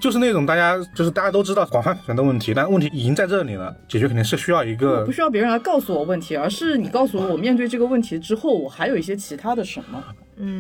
就是那种大家就是大家都知道广泛权的问题，但问题已经在这里了，解决肯定是需要一我个不需要别人来告诉我问题，而是你告诉我，我面对这个问题之后，我还有一些其他的什么。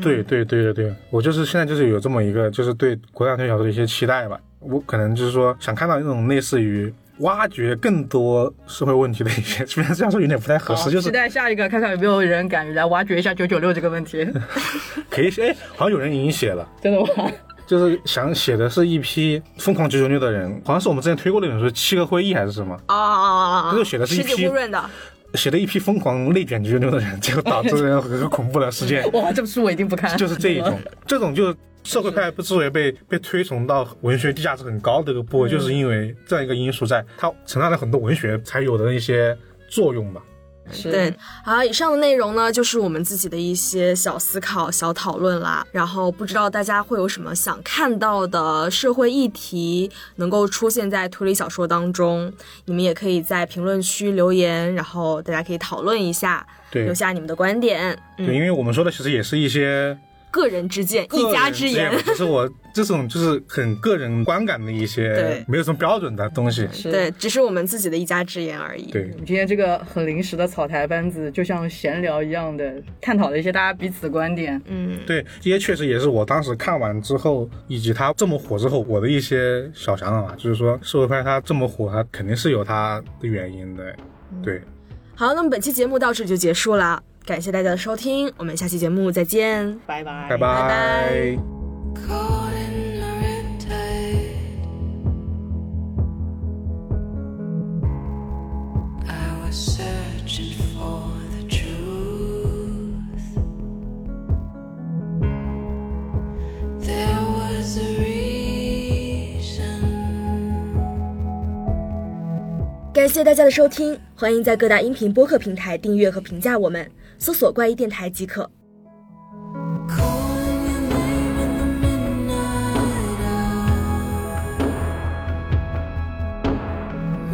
对对对对对，我就是现在就是有这么一个，就是对国产推理小说的一些期待吧。我可能就是说想看到那种类似于挖掘更多社会问题的一些，虽然这样说有点不太合好适，就是期待下一个，看看有没有人敢于来挖掘一下九九六这个问题。 可以写，哎，好像有人已经写了，真的吗？ 就是想写的是一批疯狂九九六的人，好像是我们之前推过的一本书《七个会议》还是什么，啊啊啊啊啊！这就写的是一十批几润的，写的一批疯狂内卷九九六的人，结果导致了很恐怖的事件。哇，这本书我一定 不看。就是这一种， 这种就是社会派之所以被被推崇到文学价值很高的一个嗯部位，就是因为这样一个因素在，它承载了很多文学才有的一些作用吧。 是对，，好，以上的内容呢，就是我们自己的一些小思考、小讨论啦。然后不知道大家会有什么想看到的社会议题能够出现在推理小说当中，你们也可以在评论区留言，然后大家可以讨论一下，对留下你们的观点。嗯，对，因为我们说的其实也是一些个人之见，个一家人之见言吧。就是我这种就是很个人观感的一些对，没有什么标准的东西。是对，只是我们自己的一家之言而已。对我，们今天这个很临时的草台班子，就像闲聊一样的探讨了一些大家彼此的观点。嗯，对，这些确实也是我当时看完之后，以及它这么火之后，我的一些小想法，就是说社会派它这么火，它肯定是有它的原因的。对，好，那么本期节目到这里就结束了，感谢大家的收听，我们下期节目再见。拜拜，拜拜 Caught in the red tide. I was searching for the truth. There was a reason. 感谢大家的收听，欢迎在各大音频播客平台订阅和评价我们，搜索“怪异电台”即可。 Calling your name in the midnight hour.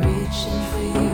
Reaching for you